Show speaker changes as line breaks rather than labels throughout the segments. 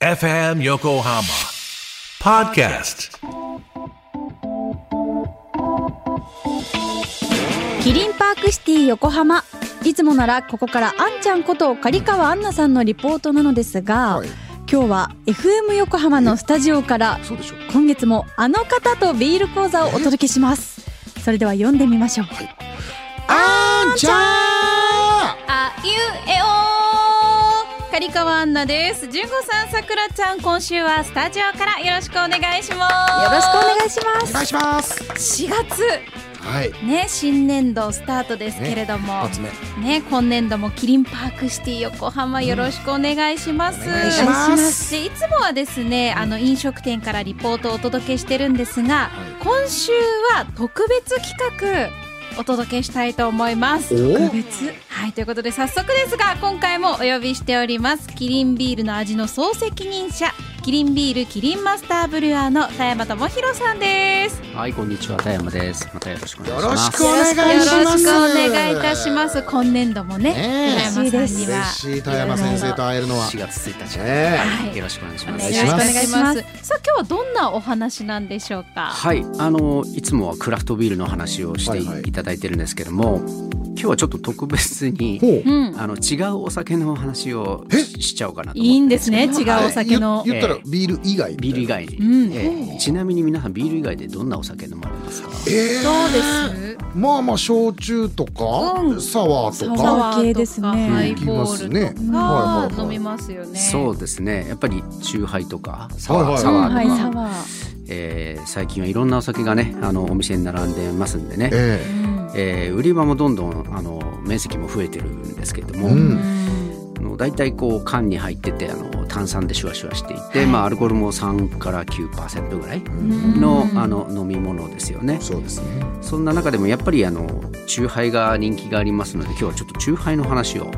FM Yokohama Podcast
キリンパークシティ横浜いつもならここからあんちゃんこと刈川杏奈さんのリポートなのですが、
はい
今日は FM 横浜のスタジオから
そうでしょう。
今月もあの方とビール講座をお届けしますそれでは読んでみましょう
あんちゃ
あいうえお刈川杏奈です純子さんさくらちゃん今週はスタジオからよろしくお願いしますよろしくお願いしま
んお
す
願いします。
4月
はい。
ね新年度スタートですけれども、
一発目。
ね、今年度もキリンパークシティ横浜よろしくお願いします。
お願いします
でいつもはですね、あの飲食店からリポートをお届けしてるんですが、
はい
今週は特別企画お届けしたいと思います。
お
特別はい、ということで早速ですが、今回もお呼びしております。キリンビールの味の総責任者、キリンビールキリンマスターブリュアーの田山智博さんです。
はい、こんにちは、田山です。またよろしくお願いし
よろ
ま
し
す。
くお願いします。
よろしくお願いいたします。今年度もね、
ねえ
田山さんには
嬉しい田山先生と会えるのは。
4月1日、
ね
はい
よろしくお願いし
お
ま
願
す。
いします。
お願い
しますさあ今日はどんなお話なんでしょうか。
はい、あのいつもはクラフトビールの話をし
はいはい
ていただいてるんですけども、今日はちょっと特別に
ほう
う。ん。
あの違うお酒のお話を
え
ししちゃおうかなと思って
いいんですね。違うお酒
は
の
い。言言ったらビール以外。
ビール以。外に、
うん
ええちなみに皆さんビール以外でどんなお酒飲まれますか。
ええ。
どうです。
まあまあ焼酎と
う
か
ん
サワーと
サ
か。
ワーとか
系ですね
ハ
い
イボール
きます
と
ねはい
か
はいはい
飲みますよね。
そうですね、やっぱりチューハイとかサワー,、
はいはい
サワーとか、
はい、サワ
ええ最近はいろんなお酒がね、あのお店に並んでますんでね。
ええ。
うん。
えー売り場もどんどんあの面積も増えてるんですけれども、
うん。
あの大体こう缶に入っててあの炭酸でシュワシュワしていて、まあ、アルコールも3から9%ぐらいの,、あの飲み物ですよね
そうですね。
そんな中でもやっぱりあのチューハイが人気がありますので今日はちょっとチューハイの話を、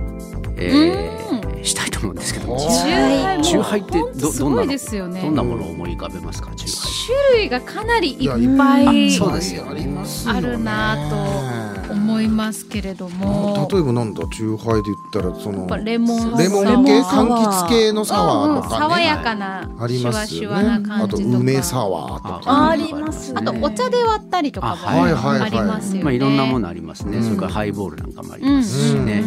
えーしたいと思うんですけども
おー
チューハイも
チューハイって
ほんと
ど
す
どん
ご
ないの
ですよね。
どんなものを思い浮かべますかチューハイ
種類がかなりいっぱい
あそうですよね
ありますよね
あるなと思いますけれども。
例えばなんだチューハイで言ったらその
やっぱレモンサワー
レモン系
レモンサ
柑
ワー
橘系のサワーとかね、
うんうん爽やかな
あり
シュ
ま
ワ
す
シュ
よ
ワ
ね
な感
あと
じとか。
梅サワーとか
あありますね
あとお茶で割ったりとかも
あはい
はいは
あ
い
りますよね。
まあ、いろんなものありますね、
うん
それからハイボールなんかもありますしね、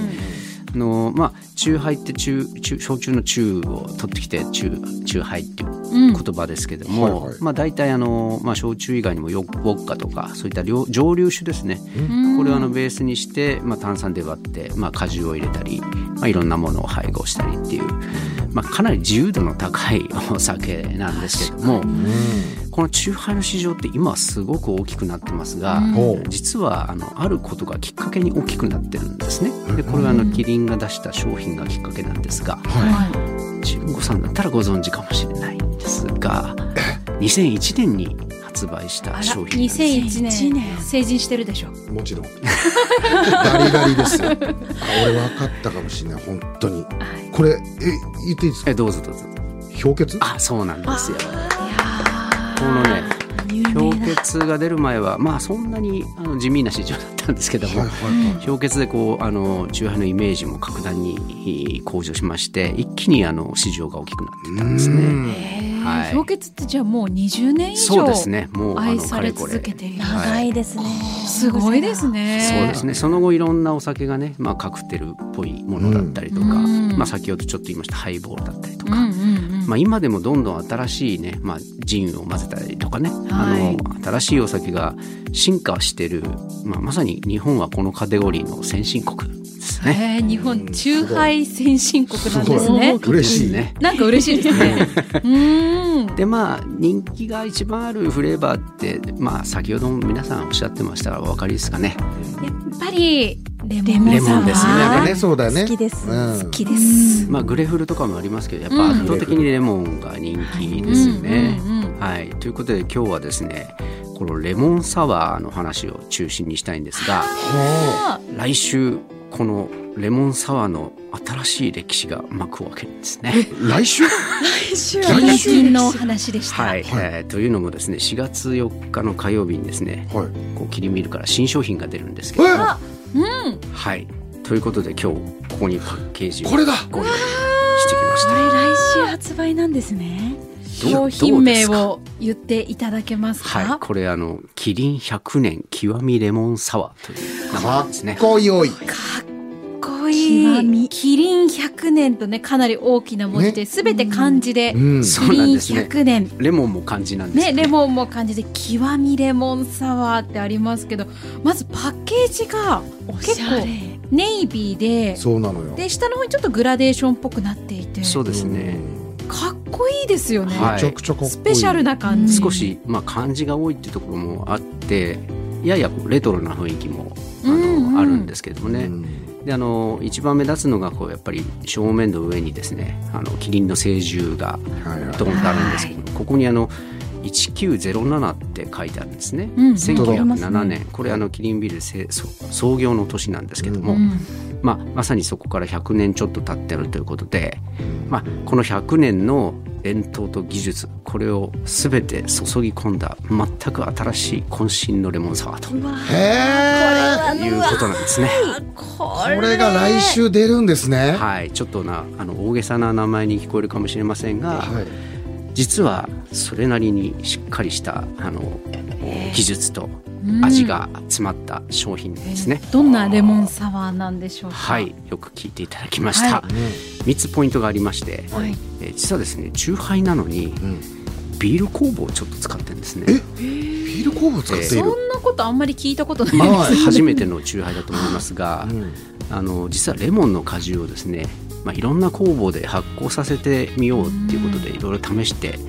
あのまあ、チューハイってチューチュー焼酎のチューを取ってきてチューチューハイっていう
うん
言葉ですけども、
はいはい
まあ、大体あの、まあ、焼酎以外にもヨウォッカとかそういった量蒸留酒ですね、これをあのベースにして、まあ、炭酸で割って、まあ、果汁を入れたり、まあ、いろんなものを配合したりっていう、まあ、かなり自由度の高いお酒なんですけども。このチューハイの市場って今はすごく大きくなってますが、
ほう
実はあのあることがきっかけに大きくなってるんですね。でこれはあのキリンが出した商品がきっかけなんですが、純子さんだったらご存知かもしれないんです が2001年に発売した商品なんです
2001
2001
年
年
成人してるでしょ。
もちろんガリガリですよあ俺分かったかもしれない本当にこれえ言っていいですか
えどうぞどうぞ
氷結
あそうなんですよこのね氷結が出る前はまあそんなにあの地味な市場だったんですけども、
はいはいはい
氷結でこうあのチューハイのイメージも格段にえー向上しまして一気にあの市場が大きくなっていったんです
う
ね。
ん
はい
氷結ってじゃあもう20年以
そう
上
ですねもうあ
愛
の
さ
か
れ
れこれ
続けている。
ー長いですね。
すごいですね。
そうですね。その後いろんなお酒がね、まあカクテルっぽいものだったりとか、
うん
まあ先ほどちょっと言いましたハイボールだったりと
う
か、
んうんうん。
まあ今でもどんどん新しいね、まあジンを混ぜたりとかね、
はい
あの新しいお酒が進化してる、まあまさに日本はこのカテゴリーの先進国ですね。
えー日本チューハイ先進国なん
ご
で
い
すね。
嬉しい
ね。
なんか嬉しいですね。うーん。
でまあ人気が一番あるフレーバーってまあ先ほども皆さんおっしゃってましたからお分かりですかね。
やっぱりレ
レモ
モン
ン
レモンですね
な
や
ん
っ
か
ぱ
ねそうだよね
好きです。
うん
好きです。
まあ、グレフルとかもありますけどやっぱ圧倒的にレモンが人気ですよね。
うんうんうん
はい、ということで今日はですねこのレモンサワーの話を中心にしたいんですが
あ
来週このレモンサワーの新しい歴史が幕を開けるんですね。
来週
最近のお話でした。
はい、えーというのもですね4月4日の火曜日にですね
はい
こうキリンビールから新商品が出るんですけども
え
はいということで今日ここにパッケージを
これだ
ご用意してきました。
来週
発売なんですね。
ど
商
う
品名
どうですか
を言っていただけますか。
はい、これあのキリン100年極みレモンサワーという名前
か
ですね
っ。こよい。
かっこ
極
いい。
み
キリン100年とね、かなり大きな文字で、
ね
すべて漢字で。
うん。
そ
キ
うなん
リン
ですね
100年。
レモンも漢字なんです
ね、
よ
レモンも漢字で、極みレモンサワーってありますけど、まずパッケージが
お
結
しゃ
構
れ。
ネイビーで、
そうなのよ。
で、下の方にちょっとグラデーションっぽくなっていて、
そうです
う
ね。
ん
かっこいいですよね。
はい
めちゃくちゃかっこいい。
スペシャルな感じ。
少しまあ漢字が多いっていうところもあって、ややこうレトロな雰囲気もあ
うんうん
のあるんですけども
う
ね。
ん。
であの一番目立つのがこうやっぱり正面の上にですね、あのキリンの聖獣が
はいはい
ドーンとあるんですけど、ここにあの1907って書いてあるんですね。
うん
1907年、これあのキリンビールせそ創業の年なんですけども。
うん
まあ、まさにそこから100年ちょっと経ってるということで、まあ、この100年の伝統と技術これを全て注ぎ込んだ全く新しい渾身のレモンサワーというこ
へえ。
となんですね。
こ
これが来週出るんですね。
はい、ちょっとなあの大げさな名前に聞こえるかもしれませんが、
はい。
実はそれなりにしっかりしたあの技術と味が詰まった商品ですね。
どんなレモンサワーなんでしょうか。
はい、よく聞いていただきました。
は
三つポイントがありまして、
はい
えー実はですね、チューハイなのに
ん
ビール酵母をちょっと使ってるんですね。
ビール酵母使ってい
そ
る。
んなことあんまり聞いたことない。
まあ
初めてのチューハイだと思いますが、
うん
あの実はレモンの果汁をですね、まあいろんな酵母で発酵させてみようっていうことでいろいろ試して、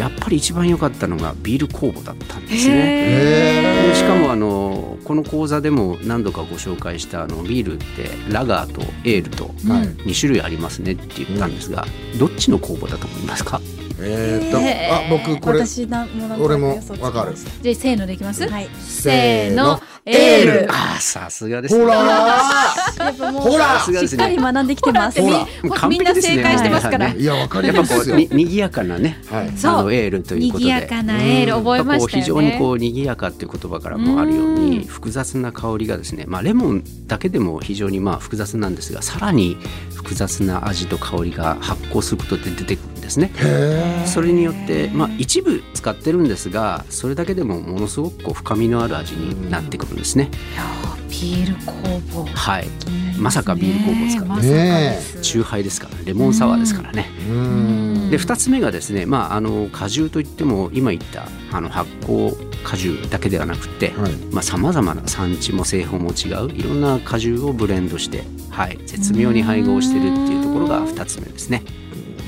やっぱり一番良かったのがビール酵母だったんですね。
へ
でしかもあのこの講座でも何度かご紹介したあのビールってラガーとエールと
え。はい。
2種類ありますねって言ったんですが、どっちの酵母だと思いますか
えーっと、あ、僕これ。
私だもなん
俺も
予想つき
わかる
まし
じゃあせーのでいきます。
たはい。
せーの、
エール
ああさすがですね
ほら
やっぱもう
ほら
さすがで
し
す
っかり
ね
学んできてます。
ほら
み
完
みん
璧
な
ですね
正解してますから。
はい
やわかり
やっぱ
ま
こ
す
う
よ。
ににぎやかなね
はい。
そう
あのエールということ
賑や
で
かなエール覚えま
こう
したよね。
非常にこう賑やかっていう言葉からもあるように複雑な香りがですね、まあ、レモンだけでも非常にまあ複雑なんですがさらに複雑な味と香りが発酵することで出てくるんですね。
へ
それによって、まあ、一部使ってるんですがそれだけでもものすごくこう深みのある味になってくるんですね。
ビール工房。
はい、まさかビール酵母を使う
まさかです
チューハイですからレモンサワーですからね。
え。うん。
で2つ目がですね、まあ、あの果汁といっても今言ったあの発酵果汁だけではなくて
はい
さまざ、まな産地も製法も違ういろんな果汁をブレンドして、はい、絶妙に配合してるっていうところが2つ目ですね。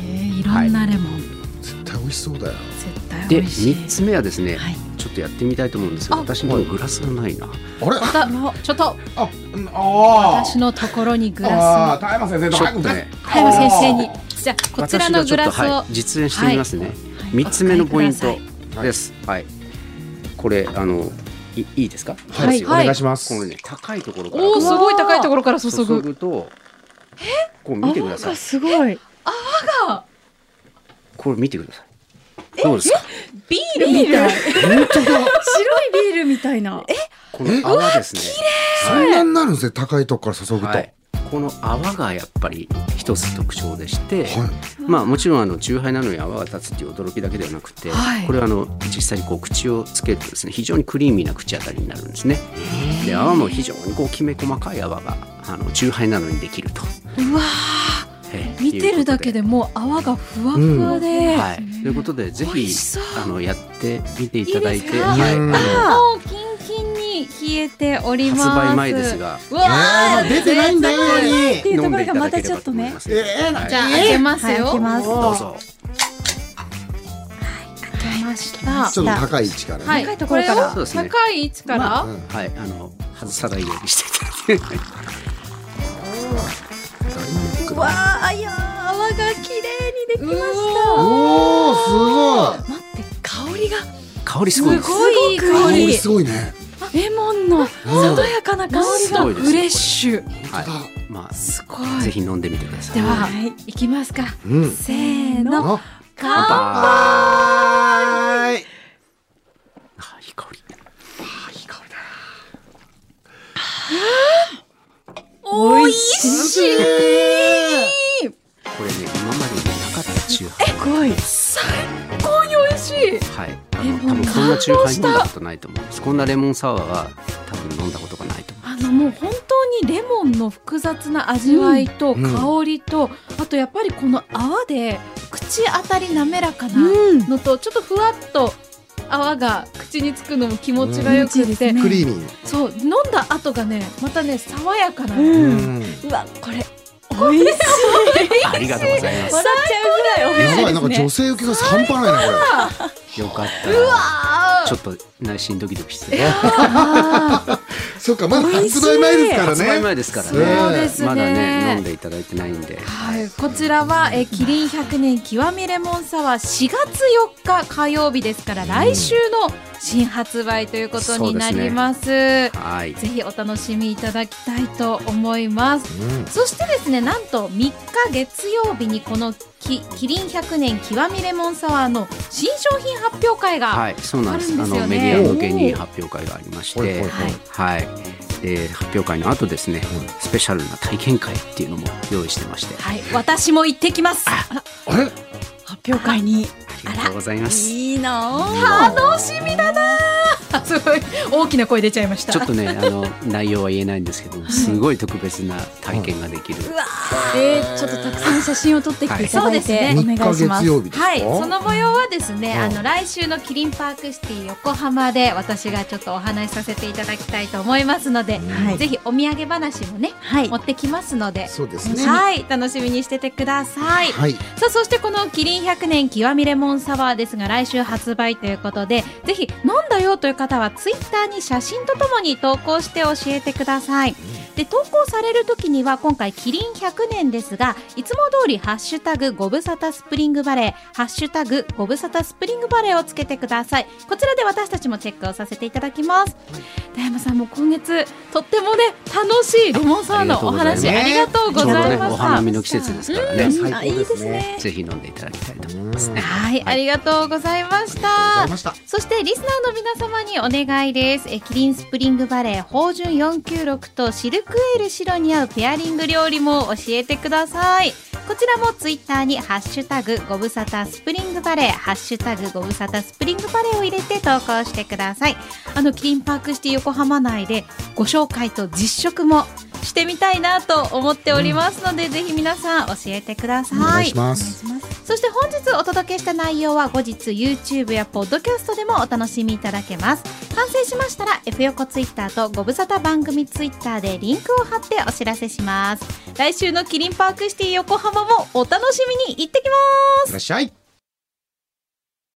えーいろんなレモン、
絶対美味しそうだよ。
絶対美
で
味しい
3。つ目はですね、
はい
ちょっとやってみたいと思うんですが
あ
私もグラスがないな。
あれ。
またちょっと
あ、うんあ
私のところにグ
ー。
ラ
あー、田山先生と
ちょっとね
ス。葉山先生に。じゃあこちらの
私
グ
が
ラ
ち
ス
ょっと
を
はい、実演してみますね、
はい
三3つ目のポイント
はい
ですはい、これあのいいいですか
はい
ですよ
はい
お願いします。
このね高いところから
おおすごい高いところから注
注
ぐ。
ぐとこう見てください
すごい。
これ見てくださいどうですか
ビールみたい。
本当だ。
白いビールみたいな。え、
この泡ですね
そんなになるんですね。高いとこから注ぐと。
は
はいい。
この泡がやっぱり一つ特徴でして、まあもちろんあの酎ハイなのに泡が立つっていう驚きだけではなくて、
はい
これはあの実際にこう口をつけるとですね非常にクリーミーな口当たりになるんですね。で泡も非常にこうきめ細かい泡があの酎ハイなのにできると。
うわ
え
ー
え
見てるだけ。
いう
でもう泡がふわふわで、
ことではい、ということでぜ
美
ひ
味しそう
あのやってみていただいて
いいですか
はい、あの
もうキンキンに冷えております。
発売前ですが
うわー、
えー出てないんだよ
っていう
飲
と
ん
こ
で
ろが
いただ
ま
け
た
れ
ちょ
ば
っ
と
と
思い
ね
ま。す。
ええな
はい
ちゃん。
開けます
はい
よ。
開けます
どうぞ。
開けました。
ちょっと高い位置からね。
はい、
高いと
こ
ころ
れ
か
を
ら
そうですね
高い位置から、
まあ
うん
はい、あの外さないようにしていただいて。
わあ、いやー、泡が綺麗にできました。
おおすごい。
待って、香りが
香りす
す
ごいです。
ごい
すご
香
く
香り
り。
すごいね。
レモンの
うん
爽やかな香り
す
が。
ごいです
フレッシュ。
はい、まあ、
すご
ぜ
い。
ひ飲んでみてください。
では、
はい
い、きますか。
うん。
せーの。
あ、
か
乾杯。
はい。
あいい香り。
美味しい。
これね、今までになかったチューハイ。
はい。最高に美味しい。
はい、あ
え
の
もう
多分こんな中華飲んだことないと思いますこんなレモンサワーは多分飲んだことがないと思
あのもう本当にレモンの複雑な味わいと
う
香
ん
りと、あとやっぱりこの泡で口当たり滑らかな
うん。
のとちょっとふわっと泡が口につくのも気持ちがよく
うん気持ちい
て、
いですね
クリーミー
そう飲んだ後がねまたね爽やかな、
うん
うん
うわこれ
美味しい。
うありがとうござい
笑
ま
っ
す
ちゃうぐら
や
い
ばい
美味
な
し
ん
い
か
ですね
女性受けが半端ないなこれ
よかった
う
ら
わー
ちょっと内心ドキドキしてね
そっかまだ発売前ですからね
発売前ですからね
そうですね
まだね飲んでいただいてないんで
はい、こちらは、えーキリン100年極みレモンサワー4月4日火曜日ですから来週の新発売ということになります。
はい
ぜひお楽しみいただきたいと思います。
うん
そしてですね、なんと3日月曜日にこのきキリン100年極みレモンサワーの新商品発表会が、
はい、そうなんです。
あ
あ
るんですよ
の
ね
メディア向けに発表会がありまし
はい
て
はい、はい
はい。で発表会の後ですね、スペシャルな体験会っていうのも用意してまして、
はい、私も行ってきます。
あれ
発表会に。
ありがとうございます。
いいなぁ。
楽しみだな ー。すごい大きな声出ちゃいました。
ちょっとね、あの内容は言えないんですけども、すごい特別な体験ができる。
で、ちょっとたくさん写真を撮ってきていただいて、
はい
お
3
願い
日
しま
月
す。
曜日ですか
はい、その模様はですね、
うん
あの来週のキリンパークシティ横浜で私がちょっとお話しさせていただきたいと思いますので、
はい
ぜひお土産話もね、
はい
持。ってきますので、
そうですね
はい、楽しみにしててください。
はい
さあそしてこのキリン100年極みレモンサワーですが来週発売ということでぜひ飲んだよという方はツイッターに写真とともに投稿して教えてくださいで投稿される時には今回キリン100年ですがいつも通りハッシュタグご無沙汰スプリングバレーハッシュタグご無沙汰スプリングバレーをつけてくださいこちらで私たちもチェックをさせていただきます田山さんも今月とってもね楽しいレモンサワーのお話あ
あ
り
りが
がと
と
う
う
ご
ご
ちょう
ざ
ど
い
ね、
ま
お
し
花
た
見の季節ですからね、
最
あ、
高
いい
で
ですす
ね
ね。
ぜひ飲んでいただきたいと思いますね。
はい、ありがとうござい
ありが
ました。
とうございました
そしてリスナーの皆様にお願いです。えキリンスプリングバレー芳醇496とシルクエール白に合うペアリング料理も教えてください。こちらもツイッターにハッシュタグご無沙汰スプリングバレー、ハッシュタグご無沙汰スプリングバレーを入れて投稿してください。あのキリンパークシティ横浜内でご紹介と実食もしてみたいなと思っておりますので、ぜひ皆さん教えてくださ
お願いします
そして本日お届けした内容は後日 YouTube やポッドキャストでもお楽しみいただけます完成しましたら F 横 Twitter とご無沙汰番組 Twitter でリンクを貼ってお知らせします来週のキリンパークシティ横浜もお楽しみに行ってきます
いらっしゃい